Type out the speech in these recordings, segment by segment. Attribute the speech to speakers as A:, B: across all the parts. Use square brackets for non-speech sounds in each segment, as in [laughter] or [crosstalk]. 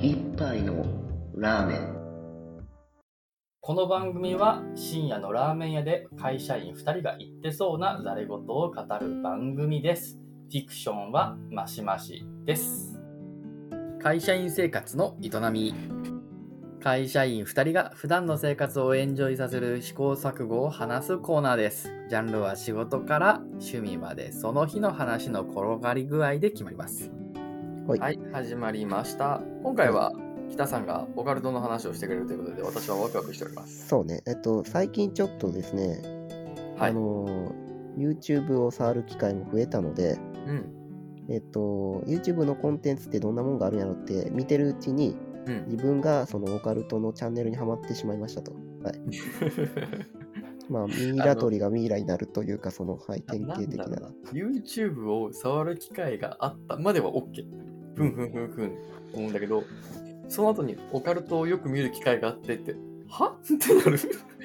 A: 一杯のラーメン
B: この番組は深夜のラーメン屋で会社員2人が言ってそうなざれ言を語る番組です。フィクションはマシマシです。会社員生活の営み会社員2人が普段の生活をエンジョイさせる試行錯誤を話すコーナーです。ジャンルは仕事から趣味までその日の話の転がり具合で決まります。
C: はい
B: はい、始まりました。今回は北さんがオカルトの話をしてくれるということで私はワクワクしております。
C: そうね、えっと、最近ちょっとですね、
B: はい
C: あのー、YouTube を触る機会も増えたので、
B: うん。
C: えっと、YouTube のコンテンツってどんなもんがあるんやろって見てるうちに、
B: うん。
C: [laughs] 自分がそのオカルトのチャンネルにはまってしまいましたと。はい。
B: [laughs]
C: まあ、ミイラ取りがミイラになるというか、その、はい、典型的
B: なんだ
C: な
B: ろ。YouTube を触る機会があったまでは OK。ふんふんふんふん。思うんだけど、その後にオカルトをよく見る機会があってって、は [laughs] ってなる。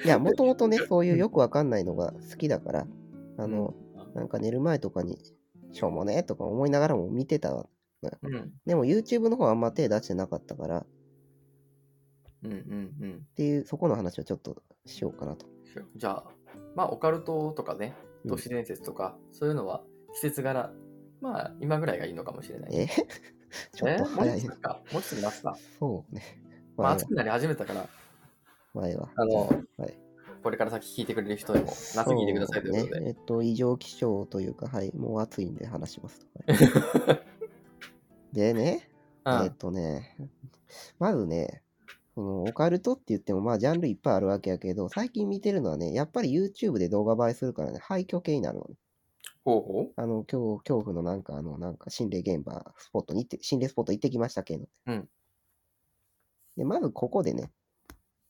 C: いや、もともとね、そういうよくわかんないのが好きだから、あの、なんか寝る前とかに、しょうもねえとか思いながらも見てたわ。
B: うん。うん
C: でも YouTube の方はあんま手出してなかったから、
B: うんうん
C: っていうそこの話をちょっとしようかなと。
B: うん。じゃあ、まあオカルトとかね、
C: うん
B: 都市伝説とか、そういうのは季節柄、まあ今ぐらいがいいのかもしれない。
C: え [laughs] ちょっと早
B: え
C: い
B: もう。すか。もうすぐ夏か。
C: そう
B: [laughs]
C: ね。
B: まあ
C: 前は
B: 暑くなり始めたから、
C: 前は。
B: あの
C: はい、
B: これから先聞いてくれる人にも夏聞いてくださいということ
C: そう
B: で。
C: ね。えっと、異常気象というか、はい、もう暑いんで話しますと。
B: [laughs]
C: でね、
B: うん
C: えっとね、まずね、このオカルトって言っても、まあ、ジャンルいっぱいあるわけやけど、最近見てるのはね、やっぱり YouTube で動画映えするからね、廃墟系になるのね。
B: ほうほう
C: あの、今日、恐怖のなんか、あの、なんか、心霊現場、スポットに行って、心霊スポット行ってきましたけど。
B: うん
C: で、まずここでね、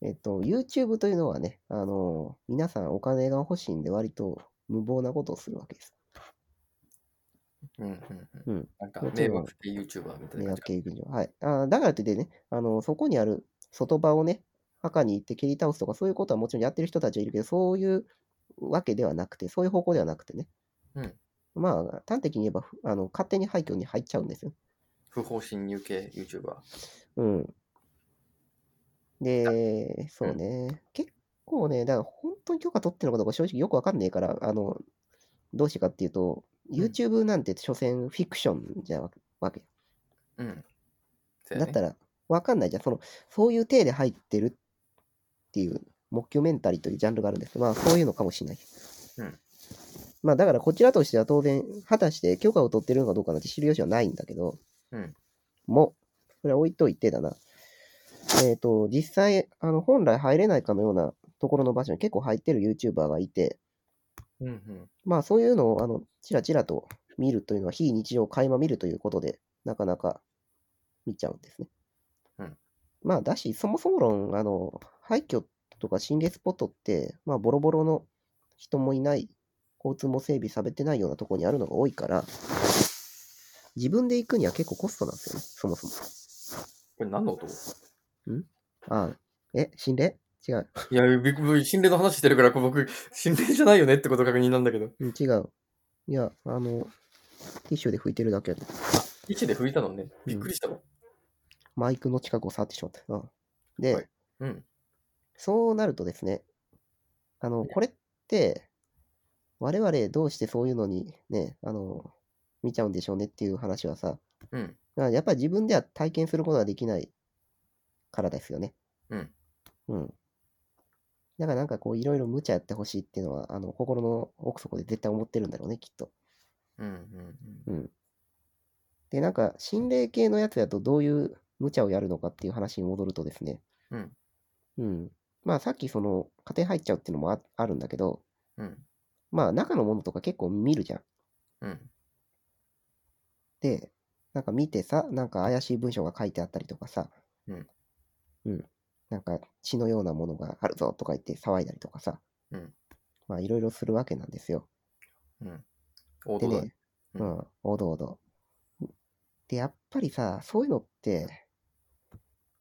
C: えっと、YouTube というのはね、あの、皆さんお金が欲しいんで、割と無謀なことをするわけです。
B: うんうんう
C: うんん。
B: なんか
C: も、ち
B: 迷
C: ろん
B: 惑系 YouTuber みたい
C: 迷
B: な感
C: 惑
B: じ
C: 系劇場。はい。あーだからといってね、あの、そこにある外場をね、墓に行って蹴り倒すとか、そういうことはもちろんやってる人たちはいるけど、そういうわけではなくて、そういう方向ではなくてね。
B: うん
C: まあ、端的に言えば、ふあの勝手に廃墟に入っちゃうんですよ。
B: 不法侵入系 YouTuber。
C: うん。で、そうね。結構ね、だから本当に許可取ってるのかどうか正直よくわかんねえから、あの、どうしてかっていうと、
B: ん
C: YouTube なんて所詮フィクションじゃわわけ。
B: うん。
C: だった
B: ら、
C: ら、わかんないじゃん。その、そういう体で入ってるっていう、モキュメンタリーというジャンルがあるんです。まあ、そういうのかもしれない。
B: うん
C: まあ、だからこちらとしては当然、果たして許可を取ってるのかどうかなんて知る由はないんだけど、
B: うん
C: もう、それは置いといてだな。えっ、と、実際、あの、本来入れないかのようなところの場所に結構入ってる YouTuber がいて、
B: うんうん。
C: まあ、そういうのを、あの、ちらちらと見るというのは、非日常を垣間見るということで、なかなか見ちゃうんですね。
B: うん
C: まあ、だし、そもそも論、あの、廃墟とか心霊スポットって、まあ、ボロボロの人もいない、交通も整備されてないようなところにあるのが多いから、自分で行くには結構コストなんですよね、そもそも。
B: これ何の音 [laughs] い
C: ああ、え、心霊違う。
B: や、びっくり心霊の話してるから、こう僕、心霊じゃないよねってこと確認なんだけど。
C: うん違う。いや、あの、ティッシュで拭いてるだけやで
B: 位置で拭いたのね。びっくりしたわ。
C: マイクの近くを触ってしまった。うんで、
B: はいうん。
C: そうなるとですね、あの、これって、我々どうしてそういうのにね、あの、見ちゃうんでしょうねっていう話はさ、
B: うん。
C: だからやっぱり自分では体験することができないからですよね。
B: うん。
C: うん。だからなんかこう、いろいろ無茶やってほしいっていうのは、あの、心の奥底で絶対思ってるんだろうね、きっと。
B: うんうん
C: うん。で、なんか、心霊系のやつだとどういう無茶をやるのかっていう話に戻るとですね。
B: うん。
C: うん。まあ、さっきその、家庭入っちゃうっていうのもああるんだけど、
B: うん。うん。
C: まあ、中のものとか結構見るじゃん。
B: うん。
C: で、なんか見てさ、なんか怪しい文章が書いてあったりとかさ、
B: うん。
C: うん。なんか血のようなものがあるぞとか言って騒いだりとかさ、
B: うん。
C: まあ、いろいろするわけなんですよ。
B: うん。王
C: で
B: 道だね
C: ね、
B: う
C: うんん、おどおど。で、やっぱりさ、そういうのって、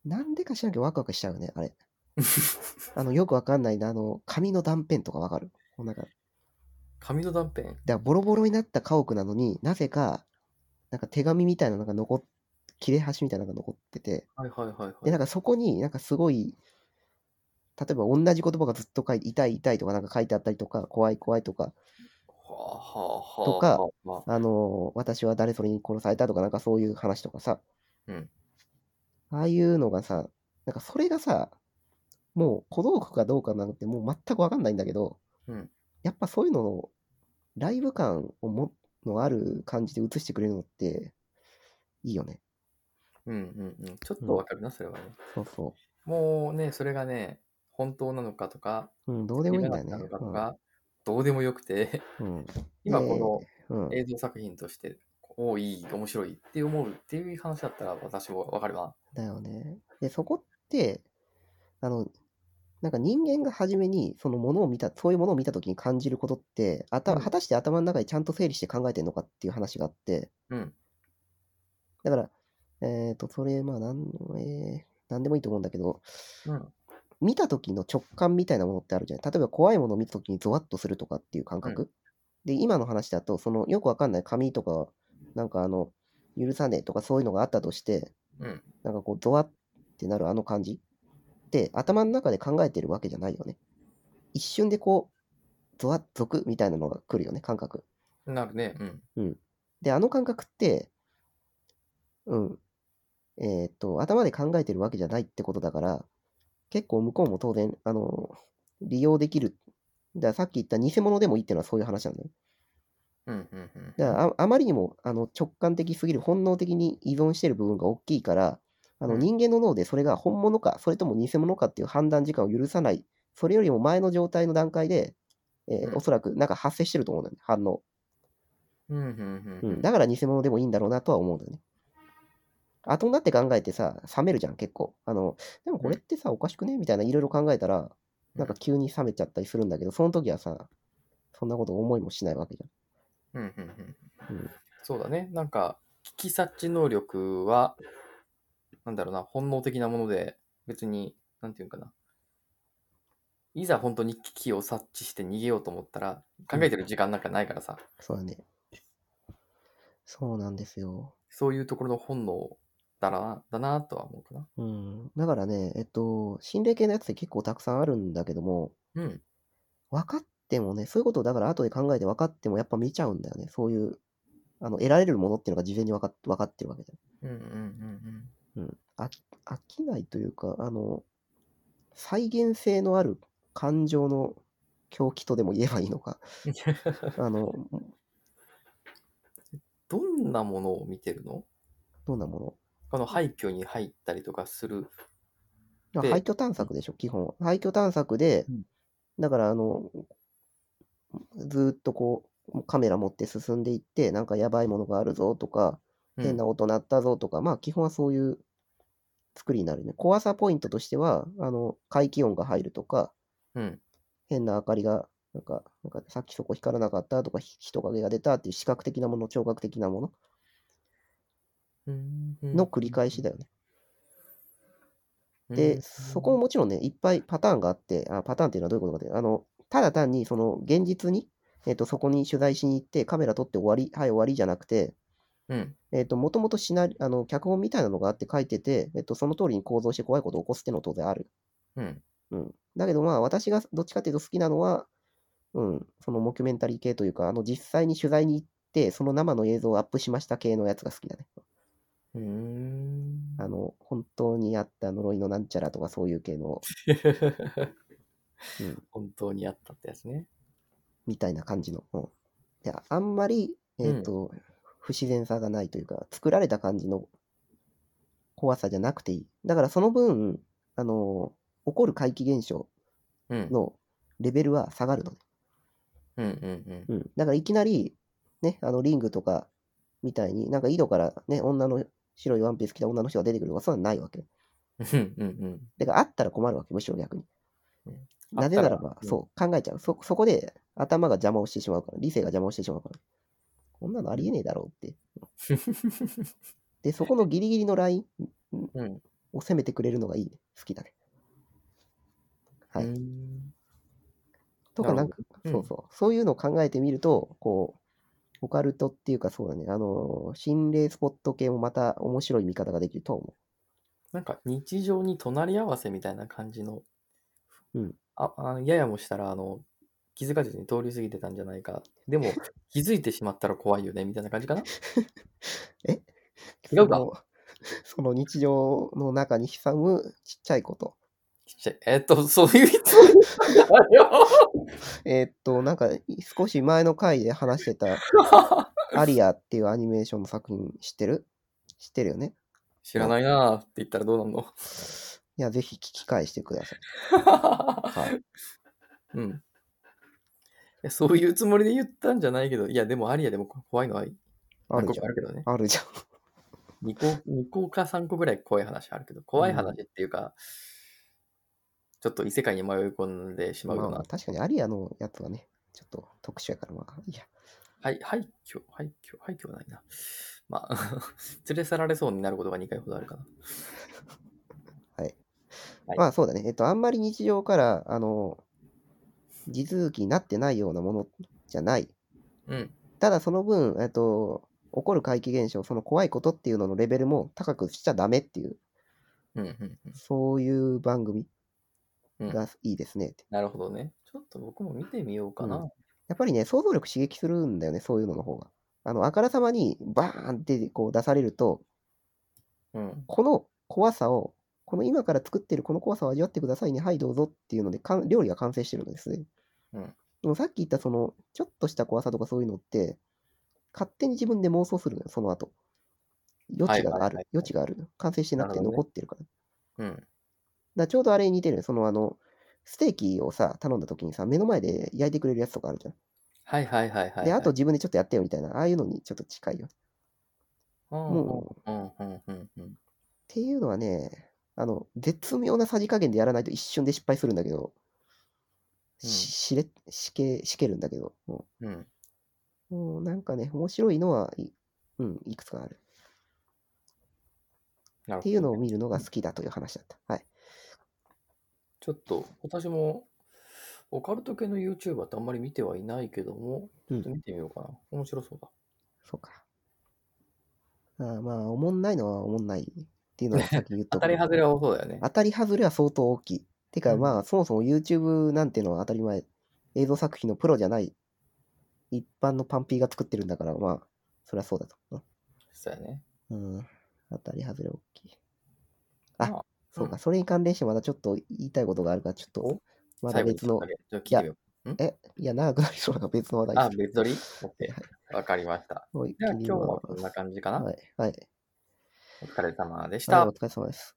C: なんでか知らんけどワクワクしちゃうね、あれ。あの、よくわかんないな、あの、紙の断片とかわかるこうなんか、だか
B: 紙の断片。
C: らボロボロになった家屋なのになぜか、なんか手紙みたいなのが残っ切れ端みたいなのが残ってて、
B: はいはいはい
C: で、
B: は。
C: ないんかそこになんかすごい、例えば同じ言葉がずっと書いて、痛い痛いとかなんか書いてあったりとか、怖い怖いとか、
B: はあはあはあ
C: とか
B: はあ
C: あのー私は誰それに殺されたとかなんかそういう話とかさ、
B: うん
C: ああいうのがさ、なんかそれがさ、もう小道具かどうかなんてもう全くわかんないんだけど、
B: うん
C: やっぱそういうののライブ感をものある感じで映してくれるのっていいよね。
B: うんうんうん。ちょっとわかるな、それはね。
C: そうそ
B: もうね、それがね、本当なのかとか、
C: う。うん、どうでもいいんだよ
B: 見れ
C: ね
B: な。かったのかとか、どうでもよくて、 [laughs]
C: うん。
B: 今こ
C: うん。うん
B: の映像作品として、おお、いい、面白いって思うっていう話だったら、私もわかるわ。
C: だよね。で、そこって、あの、なんか人間が初めにそのものを見た、そういうものを見たときに感じることって、あた
B: うん
C: 果たして頭の中でちゃんと整理して考えてるのかっていう話があって、
B: うん。
C: だから、えっ、と、それ、まあ、なん、えーなんでもいいと思うんだけど、
B: うん。
C: 見た時の直感みたいなものってあるじゃない例えば怖いものを見た時にゾワッとするとかっていう感覚、で今の話だとそのよくわかんない紙とかなんかあの許さねえとかそういうのがあったとして、
B: うん
C: なんかこうゾワッってなるあの感じって頭の中で考えてるわけじゃないよね一瞬でこうゾワッゾクみたいなのが来るよね感覚
B: なるね。うん。
C: であの感覚ってうんえーっと頭で考えてるわけじゃないってことだから結構向こうも当然あの利用できるだからさっき言った偽物でもいいっていうのはそういう話なんだよ
B: うんうんうん。
C: だからああまりにもあの直感的すぎる本能的に依存してる部分が大きいからあの
B: うん
C: 人間の脳でそれが本物かそれとも偽物かっていう判断時間を許さないそれよりも前の状態の段階で、えー
B: うん
C: おそらくなんか発生してると思うんだよね反応
B: うんうん
C: う
B: う
C: ん、
B: うんん。
C: だから偽物でもいいんだろうなとは思うんだよね。後になって考えてさ、冷めるじゃん、結構。あの、でもこれってさ、おかしくねみたいないろいろ考えたら、なんか急に冷めちゃったりするんだけど、その時はさ、そんなこと思いもしないわけじ
B: うんうんう
C: う
B: ん
C: ん
B: そうだね。なんか、聞き察知能力は、なんだろうな、本能的なもので、別に、なんていうんかな。いざ本当に危機を察知して逃げようと思ったら、考えてる時間なんかないから
C: ゃ
B: さ、
C: ん。そうだね。そうなんですよ。
B: そういうところの本能だな、だなとは思うかな。
C: うん。だからね、えっと、心霊系のやつって結構たくさんあるんだけども、
B: うん。
C: 分かってもね、そういうことをだから後で考えて分かってもやっぱ見ちゃうんだよね。そういう、あの、得られるものっていうのが事前に分かっ分かってるわけじゃん。
B: うんうんう
C: う
B: ん
C: ん、飽き飽きないというか、あの、再現性のある感情の狂気とでも言えばいいのか。
B: うん。
C: あの、
B: [laughs] どんなものを見てるの
C: どんなも
B: この廃墟に入ったりとかする。
C: の
B: で
C: 廃墟探索でしょ、基本は。廃墟探索で
B: うん、
C: だから、あの、ずーっとこう、カメラ持って進んでいって、なんかやばいものがあるぞとか、
B: うん
C: 変な音鳴ったぞとか、まあ基本はそういう作りになるね。怖さポイントとしては、あの、怪奇音が入るとか、
B: うん。
C: 変な明かりが、なんか、なんかさっきそこ光らなかったとか、ひ人影が出たっていう視覚的なもの、聴覚的なもの
B: うんうん
C: の繰り返しだよね。
B: うん
C: で、そこももちろんね、いっぱいパターンがあって、あパターンっていうのはどういうことかというとあの、ただ単にその現実に、えっ、と、そこに取材しに行って、カメラ撮って終わり、はい、終わりじゃなくて、
B: うん。
C: えっ、と、もともとシナリあの、脚本みたいなのがあって書いてて、えっ、と、その通りに構造して怖いことを起こすっていうのは当然ある。
B: うん。
C: うん。だけどまあ、私がどっちかっていうと好きなのは、うん、そのモキュメンタリー系というか、あの、実際に取材に行って、その生の映像をアップしました系のやつが好きだね。
B: うーん。
C: あの、本当にあった呪いのなんちゃらとかそういう系の、うん、
B: 本当にあったってやつね。
C: みたいな感じの。うん、であんまり、えっ、
B: うん
C: と、不自然さがないというか、作られた感じの怖さじゃなくていい。だからその分、あの、起こる怪奇現象
B: うん。
C: のレベルは下がるのね
B: うんうん
C: うん、だからいきなり、ね、あのリングとかみたいに、なんか井戸から、ね、女の白いワンピース着た女の人が出てくるとか、そういうのはないわけ。
B: うん。うんうん
C: だからあったら困るわけ、むしろ逆に。
B: うん。
C: なぜならば、
B: う。
C: そう、考えちゃう。そ、そこで頭が邪魔をしてしまうから、理性が邪魔をしてしまうから。こんなのありえねえだろうって。で、そこのギリギリのライン
B: うん
C: を攻めてくれるのがいいね。好きだね。はい。
B: うーん
C: とかなんか、そ
B: なるほど
C: うそう、そういうのを考えてみると、こオカルトっていうかそうだね、あの、心霊スポット系もまた面白い見方ができると思
B: なんか日常に隣り合わせみたいな感じの、
C: うん
B: ああややもしたらあの気づかずに通り過ぎてたんじゃないか
C: [laughs]
B: でも気づいてしまったら怖いよねみたいな感じかな
C: う。
B: 違うか
C: その [laughs] その日常の中に潜むちっちゃいこと。
B: ちっちゃいえっとそういう人だよ [laughs]
C: えーっと、なんか、少し前の回で話して
B: [laughs]
C: た、アリアっていうアニメーションの作品知ってる知ってるよね
B: 知らないなーって言ったらどうなんの
C: いや、ぜひ聞き返してください。
B: [laughs]
C: はい。
B: うんいやそういうつもりで言ったんじゃないけどいやでもアリアでも怖いのは何
C: ある
B: 個
C: じ
B: か
C: ゃん
B: あ。るけどね
C: あるじゃん。
B: 2個 ,2 個か3個ぐらい怖い話あるけど怖い話っていうか、ちょっと異世界に迷い込んでしまう
C: ま
B: よ
C: あ
B: う
C: ま
B: な
C: あ、確かにアリアのやつはね、ちょっと特殊やから、まあ、いいや。
B: はい、廃墟、廃墟、廃墟はないな。まあ、 [laughs] 連れ去られそうになることが2回ほどあるかな。はい
C: まあ、そうだね。えっと、あんまり日常から、あの、地続きになってないようなものじゃない。
B: うん。
C: ただ、その分、えっと、起こる怪奇現象、その怖いことっていうののレベルも高くしちゃダメっていう、
B: うん、うん、うん。
C: そういう番組
B: うん
C: がいいですねって。
B: なるほどね。ちょっと僕も見てみようかな。
C: うんやっぱりね、想像力刺激するんだよね、そういうのの方が。あの、あからさまにバーンってこう出されると、
B: うん。
C: この怖さを、この今から作ってるこの怖さを味わってくださいね、はいどうぞっていうので、かん料理が完成してるんですね。
B: うん
C: でもさっき言ったその、ちょっとした怖さとかそういうのって、勝手に自分で妄想するのよ、その後。余地
B: はい
C: が
B: はい
C: あ
B: はい
C: る
B: はい。
C: 余地がある。完成してなくて
B: なるほどね
C: 残ってるから。
B: うん。
C: だからちょうどあれに似てるよそのあの、ステーキをさ、頼んだ時にさ、目の前で焼いてくれるやつとかあるじゃん。
B: はいはいはいはい、はい。
C: で、あと、自分でちょっとやってよみたいな、ああいうのにちょっと近いよ。っ
B: も
C: も
B: うん、うん、うん、うん、うん。
C: ていうのはね、あの、絶妙なさじ加減でやらないと一瞬で失敗するんだけど、
B: うん
C: ししれ、しけ、しけるんだけど、も
B: うん。
C: う、もうなんかね、面白いのは、いうん、いくつかある。
B: なるほどね
C: っていうのを見るのが好きだという話だった。はい。
B: ちょっと、私も、オカルト系の YouTuber ってあんまり見てはいないけども、ち
C: う
B: ょ
C: ん
B: っと見てみようかな。面白そうだ。
C: そうか。あーまあ、おもんないのはおもんないっていうのを先に言っと
B: [laughs] 当
C: こ
B: た
C: う
B: り外れは多そうだよね。
C: 当たり外れは相当大きい。てか、
B: うん
C: まあ、そもそも YouTube なんてのは当たり前。映像作品のプロじゃない一般のパンピーが作ってるんだから、まあ、そりゃそうだと。
B: そうやね。
C: うん。当たり外れ大きい。
B: まあ
C: あ、そう
B: うん
C: か。それに関連してまだちょっと言いたいことがあるから、ちょっと
B: お、
C: まだ
B: 最後に
C: 別の
B: ちょっとだ、けちょっと聞いてみよう。
C: え、いや、長くなりそうだから別の話題
B: あ、
C: です。
B: 別撮り ?OK。わかりました。
C: もう一
B: じゃあ
C: 気に
B: 今日は
C: 回
B: こん
C: り
B: な
C: ます
B: 感じかな。
C: はい。はい。
B: お疲れ様でし
C: は
B: た
C: いお。疲れ様です。